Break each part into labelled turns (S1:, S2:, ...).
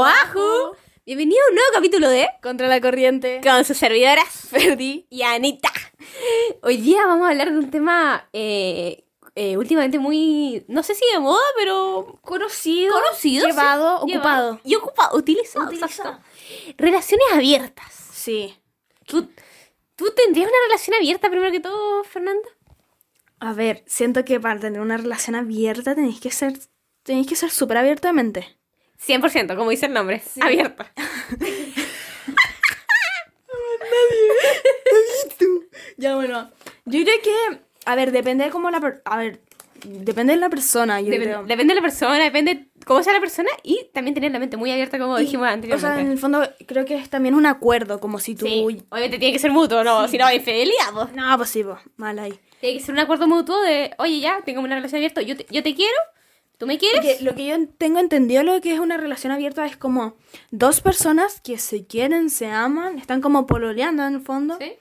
S1: Oahu. Bienvenido a un nuevo capítulo de
S2: Contra la corriente.
S1: Con sus servidoras
S2: Perdí.
S1: y Anita. Hoy día vamos a hablar de un tema eh, eh, últimamente muy, no sé si de moda, pero
S2: Conocido.
S1: conocido.
S2: Llevado,
S1: sí.
S2: ocupado.
S1: Y ocupado, utilizado.
S2: Utilizado.
S1: exacto. Relaciones abiertas.
S2: Sí.
S1: ¿Tú, ¿Tú tendrías una relación abierta primero que todo, Fernanda?
S2: A ver, siento que para tener una relación abierta tenéis que ser tenéis que ser súper abierto de mente.
S1: 100%, como dice el nombre. Abierta.
S2: Ya bueno, yo creo que a ver, depende de cómo la per- a ver, depende de la persona, yo
S1: Depende,
S2: creo.
S1: depende de la persona, depende cómo sea la persona y también tener la mente muy abierta, como
S2: Y,
S1: dijimos
S2: o sea, en
S1: anteriormente.
S2: el fondo creo que es también un acuerdo, como si tú
S1: Sí, obviamente tiene que ser mutuo, no, si no, infidelidad, pues.
S2: No, pues sí, pues, mal ahí.
S1: Tiene que ser un acuerdo mutuo de, oye, ya, tengo una relación abierta, yo te, yo te quiero, tú me quieres.
S2: Porque lo que yo tengo entendido lo que es una relación abierta es como dos personas que se quieren, se aman, están como pololeando en el fondo.
S1: ¿Sí?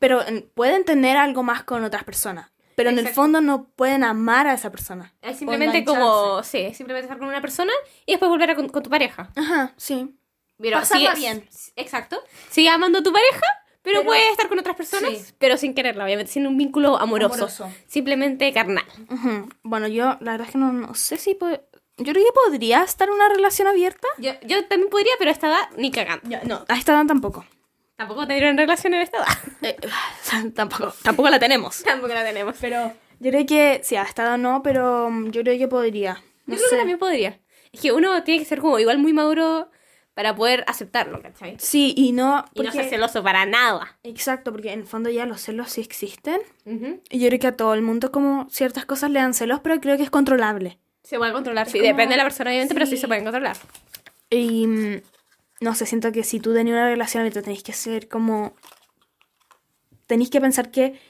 S2: pero en- pueden tener algo más con otras personas. Pero en el
S1: Exacto.
S2: fondo no pueden amar a esa persona.
S1: Es
S2: O
S1: simplemente
S2: engancharse.
S1: como, sí, es simplemente estar con una persona y después volver a con, con tu pareja.
S2: Ajá, sí.
S1: Pero
S2: Pasarla
S1: sigue-
S2: bien.
S1: Exacto. Sigue amando a tu pareja, pero,
S2: Pero-
S1: puedes estar con otras personas,
S2: Sí.
S1: pero sin quererla, obviamente, sin un vínculo amoroso.
S2: Amoroso.
S1: Simplemente carnal.
S2: Ujú. Bueno, yo la verdad es que no, no sé si... po- Yo creo que podría estar en una relación abierta.
S1: Yo, yo también podría, pero a esta edad ni cagando.
S2: no. A esta edad tampoco.
S1: Tampoco tendrían relación en esta edad.
S2: Eh, tampoco. Tampoco la tenemos.
S1: Tampoco la tenemos. Pero
S2: Yo creo que... Sí, a esta edad no, pero mm, yo creo que podría. No
S1: yo creo
S2: sé.
S1: que también podría. Es que uno tiene que ser como igual muy maduro para poder aceptarlo, ¿cachai?
S2: Sí, y no...
S1: Y no
S2: porque-
S1: ser celoso para nada.
S2: Exacto, porque en el fondo ya los celos sí existen. Y yo creo que a todo el mundo como ciertas cosas le dan celos, pero creo que es controlable.
S1: Se puede controlar, sí.
S2: como-
S1: Depende de la persona, obviamente, pero sí
S2: sí.
S1: se pueden controlar.
S2: Y mm, no sé, siento que si tú tenés una relación abierta tenés que ser como... Tenés que pensar que...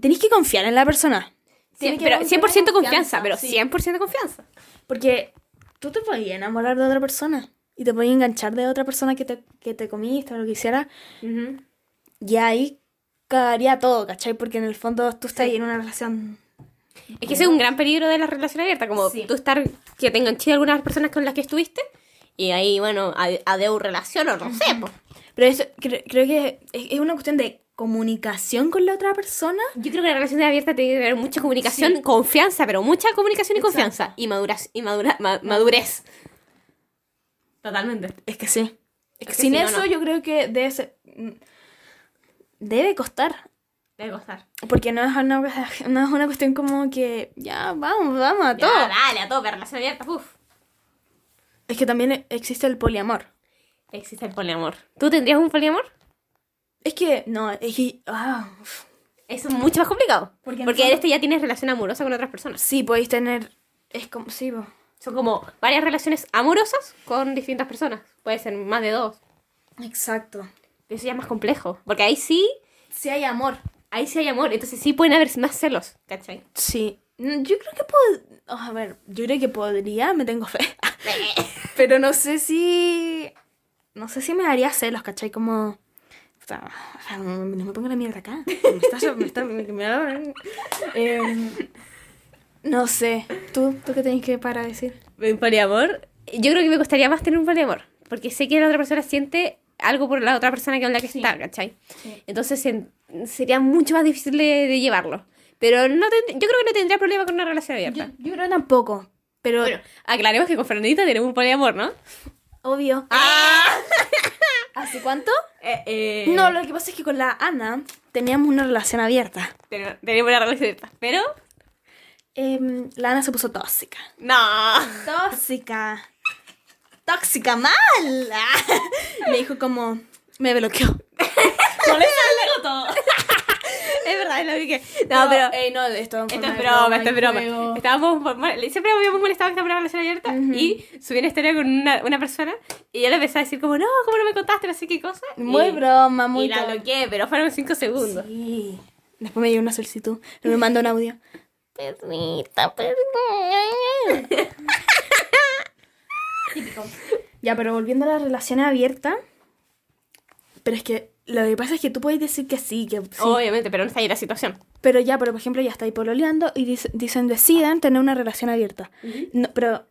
S2: Tenés que confiar en la persona.
S1: Cien-
S2: Tiene que
S1: pero
S2: haber un
S1: 100% confianza, pero
S2: sí.
S1: 100% confianza.
S2: Porque tú te podías enamorar de otra persona. Y te podías enganchar de otra persona que te, que te comiste o lo que hiciera. Y ahí cagaría todo, ¿cachai? Porque en el fondo tú estás ahí en una relación...
S1: Es que ese es un gran peligro de la relación abierta, como
S2: Sí.
S1: tú estar, que te enganché a algunas personas con las que estuviste, y ahí, bueno, ade- adeu relación o no sé, po.
S2: Pero eso, cre- creo que es, es una cuestión de comunicación con la otra persona.
S1: Yo creo que la relación abierta tiene que tener mucha comunicación, confianza, pero mucha comunicación y confianza. Y, maduras, y madura, ma- madurez. Totalmente.
S2: Es que sí. Es que
S1: que
S2: sin
S1: si no,
S2: eso
S1: no.
S2: yo creo que debe ser- mm, Debe costar.
S1: Debe costar.
S2: Porque no es una, no es una cuestión como que ya, vamos, vamos a
S1: Ya,
S2: todo.
S1: dale, a todo, pero relación abierta, uff.
S2: Es que también existe el poliamor.
S1: Existe el poliamor. ¿Tú tendrías un poliamor?
S2: Es que, no, es que. ah, uf.
S1: Eso es mucho más complicado.
S2: Porque
S1: Porque,
S2: en
S1: en
S2: fondo-
S1: este ya tienes relación amorosa con otras personas.
S2: sí, podéis tener. Es como. Sí, po.
S1: Son como varias relaciones amorosas con distintas personas. Puede ser más de dos.
S2: Exacto.
S1: Eso ya es más complejo. Porque ahí sí,
S2: Si hay amor.
S1: ahí sí hay amor. Entonces sí pueden haber más celos. ¿Cachai?
S2: Sí. Mm, Yo creo que pod- oh, a ver, yo creo que podría, me tengo fe. Pero no sé si. No sé si me daría celos, ¿cachai? Como. O sea, no me pongo la mierda acá. Me estás- me está- me- me da- Em, no sé. ¿Tú, ¿Tú qué tenés que para decir?
S1: ¿Un poliamor? Yo creo que me costaría más tener un poliamor. Porque sé que la otra persona siente algo por la otra persona que con la que está, ¿cachai? Entonces en- sería mucho más difícil de, de llevarlo. Pero no ten- yo creo que no tendría problema con una relación
S2: Yo,
S1: abierta.
S2: creo tampoco. Pero
S1: Bueno, aclaremos que con Fernandita tenemos un poliamor, ¿no?
S2: obvio. ¿Hace cuánto?
S1: Eh, eh,
S2: Ah. No, lo que pasa es que con la Ana teníamos una relación abierta.
S1: ten- tenemos una relación abierta. Pero,
S2: Em, la Ana se puso tóxica.
S1: no.
S2: Tóxica. Tóxica mala. Me dijo como. Me bloqueó.
S1: Por eso lo todo. es verdad, es lo que... No, pero...
S2: Ey, no, esto,
S1: Esto es broma, esto es broma. Estábamos, por- mol- siempre habíamos molestado que estaba en una relación abierta y subí una historia con una, una persona y yo le empecé a decir como, no, ¿cómo no me contaste? No sé qué cosa. Y-
S2: Muy broma,
S1: Y
S2: muy
S1: la
S2: todo.
S1: bloqueé, pero fueron 5 segundos.
S2: Sí. Después me dio una solicitud. Me mandó un audio.
S1: Perdita, perdón.
S2: Ya, pero volviendo a la relación abierta. Pero es que lo que pasa es que tú puedes decir que sí, que sí.
S1: Obviamente, pero no está ahí la situación.
S2: Pero ya, pero por ejemplo, ya estáis pololeando y dice- dicen decidan tener una relación abierta. No, pero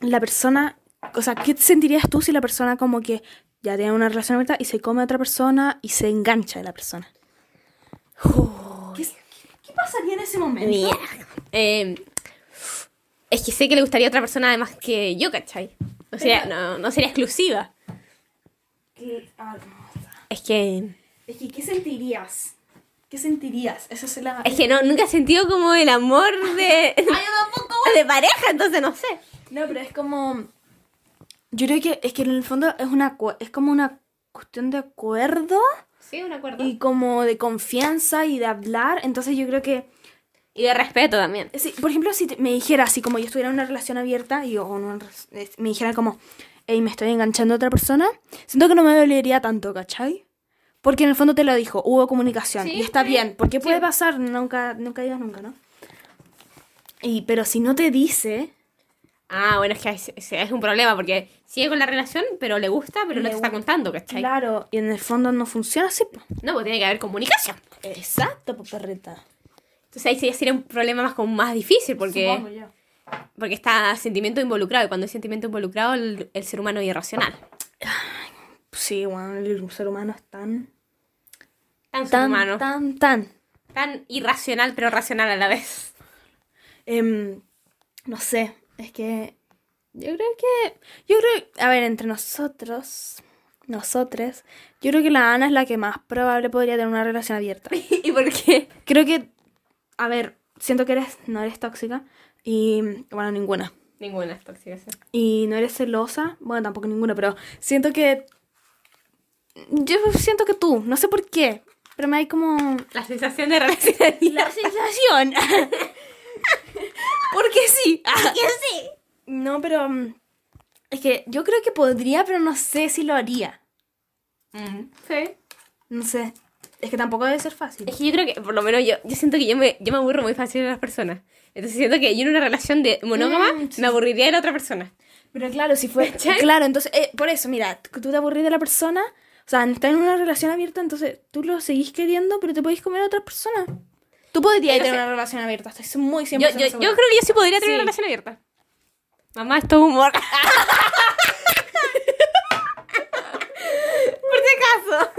S2: la persona, o sea, ¿qué sentirías tú si la persona como que ya tiene una relación abierta y se come a otra persona y se engancha de la persona? ¿Qué, qué pasaría en ese momento?
S1: Mira. Eh, es que sé que le gustaría a otra persona además que yo, ¿cachai? O sea, no, no sería exclusiva.
S2: Que- ah, no, está.
S1: Es que.
S2: Es que, ¿qué sentirías? ¿Qué sentirías? Esa es la...
S1: Es que no, nunca he sentido como el amor de.
S2: Ay, yo tampoco,
S1: de pareja, entonces no sé.
S2: No, pero es como. Yo creo que es que en el fondo es una cu- es como una cuestión de acuerdo
S1: Sí, un acuerdo.
S2: y como de confianza y de hablar. Entonces yo creo que
S1: Y de respeto también.
S2: sí, por ejemplo, si te- me dijera así como yo estuviera en una relación abierta y yo, o en una res- es- me dijera como, hey, me estoy enganchando a otra persona, siento que no me dolería tanto, ¿cachai? Porque en el fondo te lo dijo, hubo comunicación
S1: Sí,
S2: y está
S1: sí.
S2: bien, porque
S1: Sí.
S2: puede pasar, nunca, nunca digas nunca, ¿no? Y, pero si no te dice,
S1: Ah, bueno, es que es, es- es un problema porque sigue con la relación, pero le gusta, pero no
S2: Le
S1: te está
S2: gusta.
S1: contando, ¿cachai?
S2: claro, y en el fondo no funciona así, pues.
S1: No, pues tiene que haber comunicación.
S2: Exacto, pues perreta.
S1: Entonces ahí sería, sería un problema más, como más difícil porque, porque está sentimiento involucrado y cuando hay sentimiento involucrado el, el ser humano es irracional.
S2: Sí, bueno, el ser humano es tan.
S1: Tan, ser
S2: Tan,
S1: humano. Tan...
S2: tan, tan.
S1: irracional pero racional a la vez.
S2: Em, no sé, es que. Yo creo que. Yo creo. A ver, entre nosotros. Nosotros. Yo creo que la Ana es la que más probable podría tener una relación abierta.
S1: ¿Y por qué?
S2: Creo que. A ver, siento que eres. No eres tóxica. Y. Bueno, ninguna.
S1: Ninguna es tóxica. sí.
S2: y no eres celosa, bueno, tampoco ninguna, pero siento que... Yo siento que tú, no sé por qué, pero me hay como...
S1: La sensación de relacionalidad.
S2: La sensación. Porque sí.
S1: sí.
S2: No, pero... mm, Es que yo creo que podría, pero no sé si lo haría.
S1: Mm. sí.
S2: No sé. Es que tampoco debe ser fácil.
S1: Es que yo creo que, por lo menos yo, yo siento que yo me, yo me aburro muy fácil de las personas. Entonces siento que yo en una relación de monógama
S2: Mm, sí.
S1: me aburriría de la otra persona.
S2: Pero claro, si fue...
S1: ¿Cachai?
S2: Claro, entonces... eh, por eso, mira, tú te aburrís de la persona. O sea, está en una relación abierta, entonces tú lo seguís queriendo, pero te podéis comer a otra persona. Tú podrías
S1: Entonces-
S2: tener una relación abierta, estoy muy
S1: Yo,
S2: 100%
S1: yo, yo creo
S2: segura.
S1: que yo sí podría tener
S2: Sí.
S1: una relación abierta. Mamá, esto es humor. por si acaso.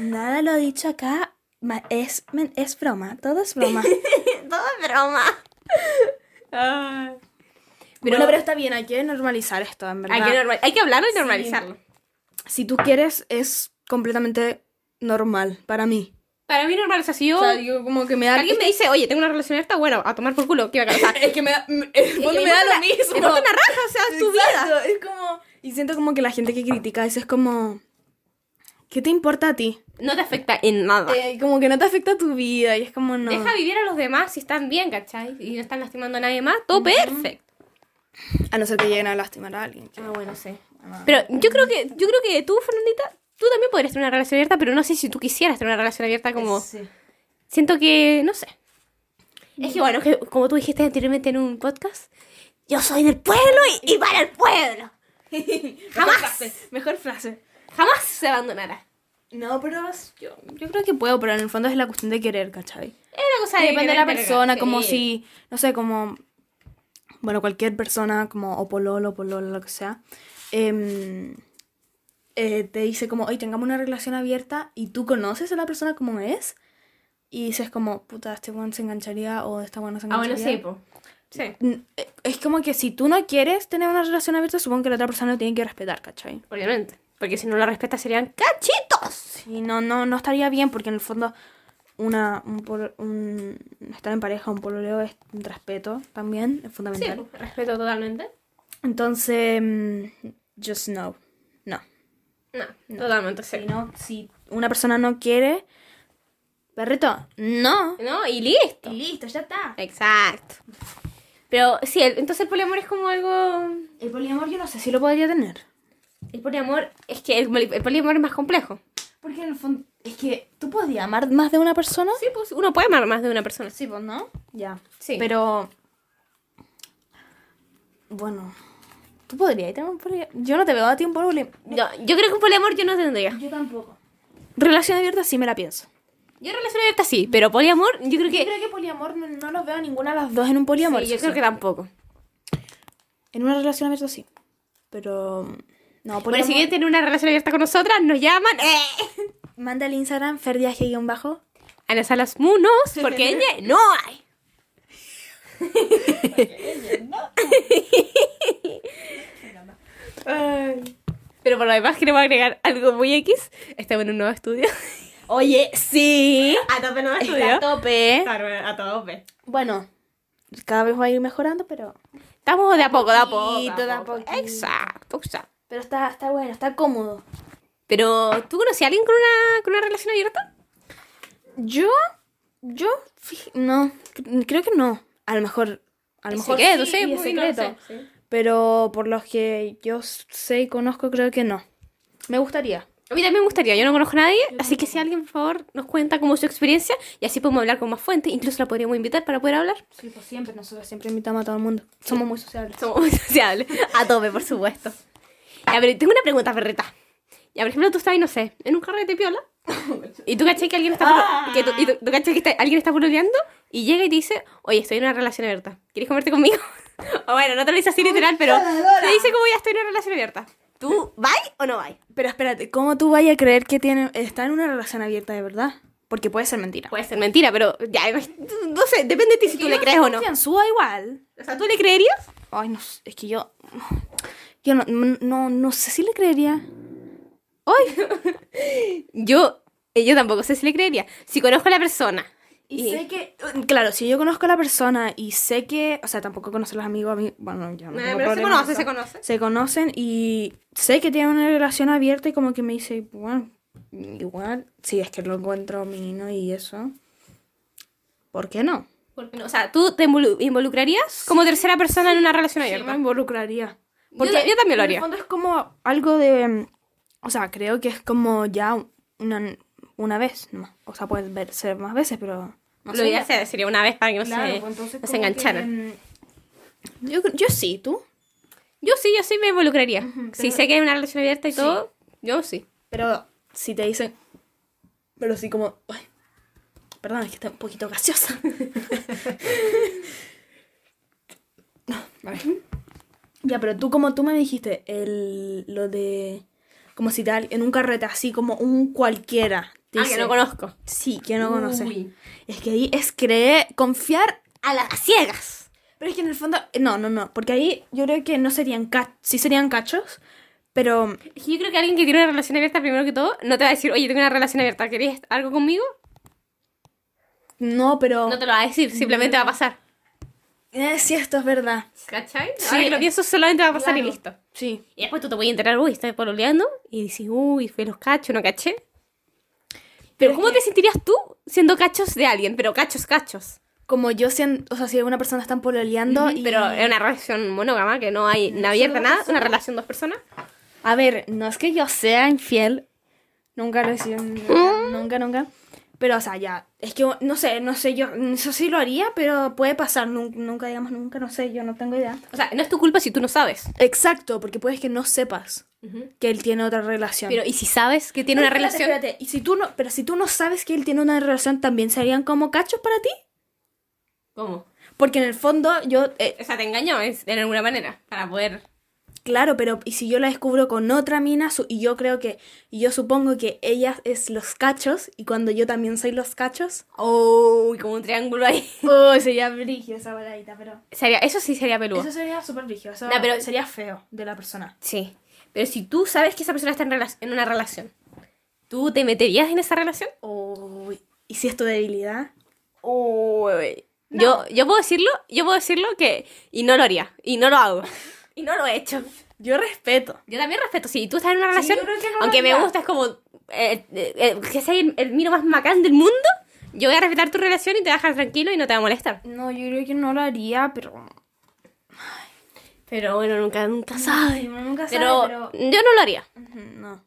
S2: Nada lo dicho acá ma- es, men- es broma, todo es broma.
S1: Todo es broma. Ah. Pero,
S2: bueno, pero está bien, hay que normalizar esto, en verdad.
S1: hay, que normal- hay que hablarlo y normalizarlo.
S2: Si tú quieres, es completamente normal para mí.
S1: Para mí normalizar, si yo...
S2: O sea, digo, como que me da...
S1: alguien me dice, oye, tengo una relación abierta, bueno, a tomar por culo, que iba a causar.
S2: Es que me da, me, el fondo eh, pues, me da lo mismo.
S1: Importa una raja, o sea, es tu vida.
S2: Exacto, Es como... Y siento como que la gente que critica eso es como... ¿Qué te importa a ti?
S1: No te afecta en nada.
S2: Eh, como que no te afecta tu vida y es como no.
S1: Deja vivir a los demás si están bien, ¿cachai? Y no están lastimando a nadie más, todo perfecto.
S2: A no ser que lleguen a lastimar a alguien.
S1: Ah, bueno, sí. Pero yo creo que, yo creo que tú, Fernandita, tú también podrías tener una relación abierta, pero no sé si tú quisieras tener una relación abierta como...
S2: Sí.
S1: Siento que, no sé. Es que bueno, que como tú dijiste anteriormente en un podcast, yo soy del pueblo y, y para el pueblo.
S2: Mejor
S1: Jamás.
S2: frase, Mejor frase.
S1: Jamás se abandonará.
S2: No, pero es- yo, yo creo que puedo, pero en el fondo es la cuestión de querer, ¿cachai?
S1: Es una cosa de
S2: Depende de la
S1: querer,
S2: persona,
S1: sí.
S2: como si, no sé, como, bueno, cualquier persona, como o pololo, o polola, lo que sea, em, eh, te dice como, oye, tengamos una relación abierta y tú conoces a la persona como es y dices como, puta, este buen se engancharía o esta buena se
S1: Ah, bueno,
S2: engancharía.
S1: sí, po. Sí.
S2: N- eh, Es como que si tú no quieres tener una relación abierta, supongo que la otra persona lo tiene que respetar, ¿cachai?
S1: Obviamente. Porque si no la respetas serían cachitos.
S2: Y no, no, no estaría bien porque en el fondo una, un, pol- un- estar en pareja, un pololeo es un respeto también, es
S1: Sí,
S2: fundamental.
S1: respeto totalmente.
S2: Entonces, mm, just no. No.
S1: No, totalmente, sí.
S2: Si, no. si una persona no quiere, perrito, no.
S1: No, y listo.
S2: listo, ya está.
S1: Exacto. Pero sí, el- entonces el poliamor es como algo...
S2: El poliamor yo no sé si lo podría tener.
S1: El poliamor es que el, poli- el poliamor es más complejo.
S2: Porque en el fondo, es que tú podías amar más de una persona.
S1: Sí, pues uno puede amar más de una persona.
S2: Sí, pues no. Ya.
S1: Sí.
S2: Pero. Bueno. Tú podrías tener un poliamor. Yo no te veo a ti un poliamor.
S1: No, yo creo que un poliamor yo no tendría.
S2: Yo tampoco. Relación abierta sí me la pienso.
S1: Yo relación abierta sí, pero poliamor yo creo que...
S2: Yo creo que poliamor no, no los veo a ninguna de las dos en un poliamor.
S1: Sí, yo
S2: eso
S1: creo
S2: sí.
S1: que tampoco.
S2: En una relación abierta sí. Pero. mm, No, por
S1: Bueno, si quieren tener una relación abierta con nosotras, nos llaman eh,
S2: Manda el Instagram, ferdiaje-bajo.
S1: a las salas munos, porque ella no hay. Pero por lo demás queremos agregar algo muy X. Estamos en un nuevo estudio.
S2: Oye, sí.
S1: A tope nuevo
S2: Está a tope.
S1: A tope.
S2: Bueno, cada vez va a ir mejorando, pero.
S1: Estamos de a poco, de a poco. de a
S2: Poquito, de a
S1: poco.
S2: poquito.
S1: Exacto, exacto.
S2: Pero está, está bueno, está cómodo.
S1: Pero, ¿tú conocí a alguien con una, con una relación abierta?
S2: Yo, yo, fij- no, cre- creo que no. A lo mejor, a lo
S1: Es
S2: mejor
S1: secreto,
S2: sí,
S1: sí,
S2: es
S1: uy, no lo
S2: secreto.
S1: sé, sí.
S2: Pero por los que yo s- sé y conozco, creo que no. Me gustaría.
S1: A mí también me gustaría, yo no conozco a nadie, así que si alguien, por favor, nos cuenta cómo es su experiencia y así podemos hablar con más fuentes, incluso la podríamos invitar para poder hablar.
S2: Sí, pues siempre, nosotros siempre invitamos a todo el mundo. Somos muy sociables.
S1: Somos muy sociables, a tope, por supuesto. Ya, pero tengo una pregunta, perrita. Ya, por ejemplo, tú estás, ahí, no sé, en un carrete piola y tú cachai que alguien está, polo- que tú- y tú- tú cachai que está- alguien está pololeando y llega y te dice, oye, estoy en una relación abierta, ¿quieres comerte conmigo? o bueno, no te lo dice así literal, pero te dice como ya estoy en una relación abierta. ¿Tú vas o no vas?
S2: Pero espérate, ¿cómo tú vayas a creer que tiene, está en una relación abierta de verdad? Porque puede ser mentira.
S1: Puede ser mentira, pero ya, imag- no sé, depende de ti si tú le crees o Pues, no.
S2: Confíanzúa igual.
S1: O sea, ¿tú le creerías?
S2: Ay, no, sé, es que yo... Yo no, no, no sé si le creería.
S1: Yo, eh, yo tampoco sé si le creería. Si conozco a la persona.
S2: Y sé que, mm, claro, si yo conozco a la persona y sé que, o sea, tampoco conozco a los amigos, a mí, bueno, ya no.
S1: Eh,
S2: tengo
S1: pero se
S2: problema,
S1: conoce,
S2: o sea,
S1: se conoce.
S2: Se conocen y sé que tienen una relación abierta y como que me dice, bueno, igual, si es que lo encuentro mino y eso, ¿por qué no?
S1: porque no, o sea, ¿tú te involu- involucrarías como tercera persona en una relación
S2: Yo me
S1: abierta?
S2: involucraría.
S1: Yo ta- yo también lo haría.
S2: En el fondo es como algo de, mm, o sea, creo que es como ya una, una vez, ¿no? o sea, puede ver- ser más veces, pero... no
S1: Lo
S2: sé,
S1: ideal se- sería una vez para que no,
S2: Claro,
S1: se,
S2: pues entonces
S1: no se
S2: como que,
S1: engancharan.
S2: mm, yo, yo sí, tú.
S1: Yo sí, yo sí me involucraría. Si
S2: pero-
S1: sé que hay una relación abierta y todo, yo sí.
S2: Pero si te dicen. Pero sí, como. "Ay, perdón, es que está un poquito gaseosa. A ver. Ya, pero tú, como tú me dijiste, el, lo de. Como si tal, en un carrete así, como un cualquiera. te
S1: Ah, que
S2: dice-
S1: no conozco.
S2: Sí, que no conoces.
S1: Uy.
S2: Es que ahí es creer, confiar
S1: A las ciegas.
S2: Pero es que en el fondo, eh, no, no, no, porque ahí yo creo que no serían cachos, sí serían cachos, pero
S1: Es que Yo creo que alguien que tiene una relación abierta, primero que todo, no te va a decir, oye, tengo una relación abierta, ¿querías algo conmigo?
S2: no, pero...
S1: No te lo va a decir, simplemente va a pasar.
S2: Eh, sí, esto es verdad.
S1: ¿Cachai?
S2: Sí.
S1: Ahora que lo pienso, solamente va a pasar y
S2: Claro.
S1: listo.
S2: Sí.
S1: Y después tú te puedes enterar, uy, estás pololeando, y dices, uy, fue los cachos, no caché. Pero, ¿cómo te sentirías tú siendo cachos de alguien? Pero cachos, cachos.
S2: Como yo siento, o sea, si una persona están pololeando y...
S1: Pero es una relación monógama, que no hay nada abierta,
S2: solo
S1: nada, una relación dos personas.
S2: A ver, no es que yo sea infiel, nunca lo he sido, nunca,
S1: ¿Mm?
S2: nunca, nunca. Pero, o sea, ya, es que, no sé, no sé, yo, eso sí lo haría, pero puede pasar, nun- nunca, digamos, nunca, no sé, yo no tengo idea.
S1: O sea, no es tu culpa si tú no sabes.
S2: Exacto, porque puedes que no sepas que él tiene otra relación.
S1: Pero, ¿y si sabes que tiene una
S2: Espérate,
S1: relación?
S2: espérate. Y si tú no, pero si tú no sabes que él tiene una relación, ¿también serían como cachos para ti?
S1: ¿Cómo?
S2: Porque en el fondo yo, eh,
S1: O sea, te engañó es- en alguna manera, para poder...
S2: claro, pero y si yo la descubro con otra mina su- y yo creo que, y yo supongo que ella es los cachos y cuando yo también soy los cachos.
S1: Uy, como un triángulo ahí.
S2: Uy, sería brigio esa baladita, pero
S1: Sería, eso sí sería peludo.
S2: eso sería súper brigio. Eso
S1: No, pero-
S2: sería feo de la persona.
S1: Sí. Pero si tú sabes que esa persona está en, rela- en una relación, ¿tú te meterías en esa relación?
S2: Uy, ¿y si es tu debilidad?
S1: Yo, yo puedo decirlo, yo puedo decirlo que. Y no lo haría. Y no lo hago. y no lo he hecho.
S2: Yo respeto.
S1: Yo también respeto. Si tú estás en una relación,
S2: yo creo que no lo
S1: aunque me
S2: haría.
S1: gusta, es como. eh, eh, eh, que sea el, el miro más macán del mundo, yo voy a respetar tu relación y te voy a dejar tranquilo y no te va a molestar.
S2: No, yo creo que no lo haría, pero
S1: Pero bueno, nunca, nunca
S2: Ay,
S1: sabes.
S2: uno nunca sabe,
S1: Pero,
S2: pero
S1: yo no lo haría.
S2: Ujú, no.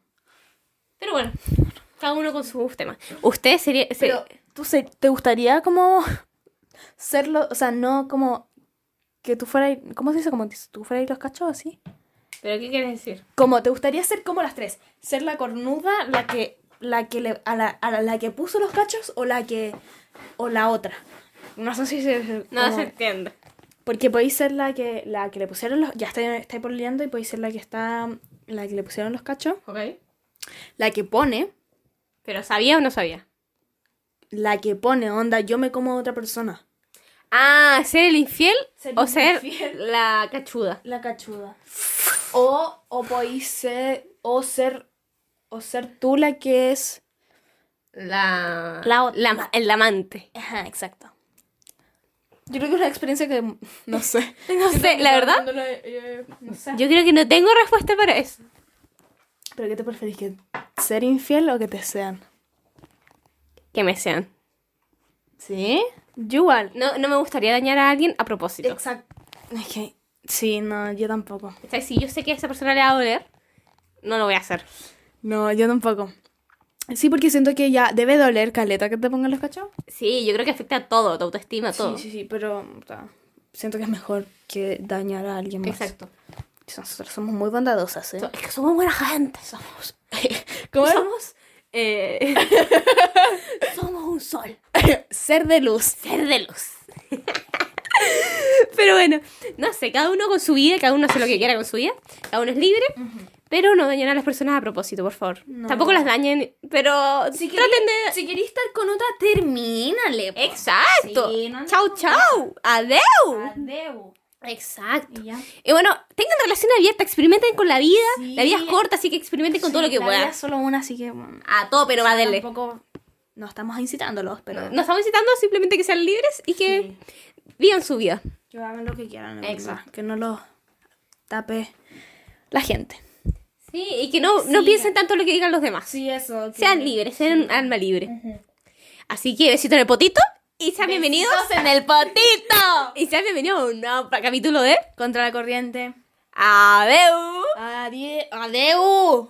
S1: Pero bueno, cada uno con sus temas. Ustedes serían. se-
S2: Pero, ¿tú se- te gustaría como serlo? O sea, no como que tú fueras, ¿cómo se dice? Como que tú fueras los cachos, así.
S1: ¿Pero qué quieres decir?
S2: Como, ¿te gustaría ser como las tres? ¿Ser la cornuda, la que, la que, le, a la, a la, la que puso los cachos o la que, o la otra? No sé si se...
S1: No
S2: como-
S1: se entiende.
S2: Porque podéis ser la que, la que le pusieron los... Ya estáis está pololeando y podéis ser la que está... La que le pusieron los cachos.
S1: Ok.
S2: La que pone.
S1: ¿Pero sabía o no sabía?
S2: La que pone, onda, yo me como a otra persona.
S1: Ah, ¿ser el infiel
S2: Ser
S1: o
S2: el
S1: ser
S2: infiel.
S1: la cachuda?
S2: La cachuda. O, o podéis ser... O ser... O ser tú la que es...
S1: La...
S2: La otra.
S1: ma- el amante.
S2: Ajá, exacto. Yo creo que es una experiencia que... No sé. eh,
S1: No sé, la verdad,
S2: No sé.
S1: yo creo que no tengo respuesta para eso.
S2: ¿Pero qué te preferís? ¿Que ser infiel o que te sean?
S1: Que me sean.
S2: ¿Sí? Yo igual.
S1: No, no me gustaría dañar a alguien a propósito.
S2: Exacto. Es que, sí, no, yo tampoco.
S1: O sea, si yo sé que a esa persona le va a doler, no lo voy a hacer.
S2: No, yo tampoco. Sí, porque siento que ya debe doler caleta que te pongan los cachos.
S1: Sí, yo creo que afecta a todo, tu autoestima, todo.
S2: Sí, sí, sí, pero o sea, siento que es mejor que dañar a alguien más.
S1: Exacto.
S2: Nosotros somos muy bondadosas, ¿eh?
S1: So- Es que somos buena gente. Somos. ¿Cómo
S2: era?
S1: somos? Eh, somos un sol.
S2: Ser de luz.
S1: Ser de luz. Pero bueno, no sé, cada uno con su vida, cada uno hace lo que quiera con su vida, cada uno es libre, pero no dañen a las personas a propósito, por favor.
S2: No.
S1: Tampoco las dañen, pero traten de...
S2: Si querés estar con otra, termínale.
S1: Exacto.
S2: Sí, no, no.
S1: chau, chau. Adeu.
S2: Adeu.
S1: Exacto.
S2: Y ya.
S1: Y bueno, tengan relación abierta, experimenten con la vida.
S2: Sí.
S1: La vida es corta, así que experimenten con todo lo que puedan.
S2: solo una, así que... Bueno,
S1: A todo, pero va a darle.
S2: Tampoco no estamos incitándolos, pero...
S1: Nos estamos citando simplemente que sean libres y que
S2: Sí.
S1: vivan su vida.
S2: Yo hagan lo que quieran, en
S1: Exacto.
S2: verdad, Que no los tape la gente.
S1: Sí, y que no, no
S2: Sí.
S1: piensen tanto en lo que digan los demás.
S2: Sí, eso.
S1: Sean libres, sean un alma libre. Así que besito en el potito y sean bienvenidos.
S2: en el potito.
S1: Y sean bienvenidos a un nuevo capítulo de
S2: Contra la corriente.
S1: Adeu.
S2: Adiós. Adeu.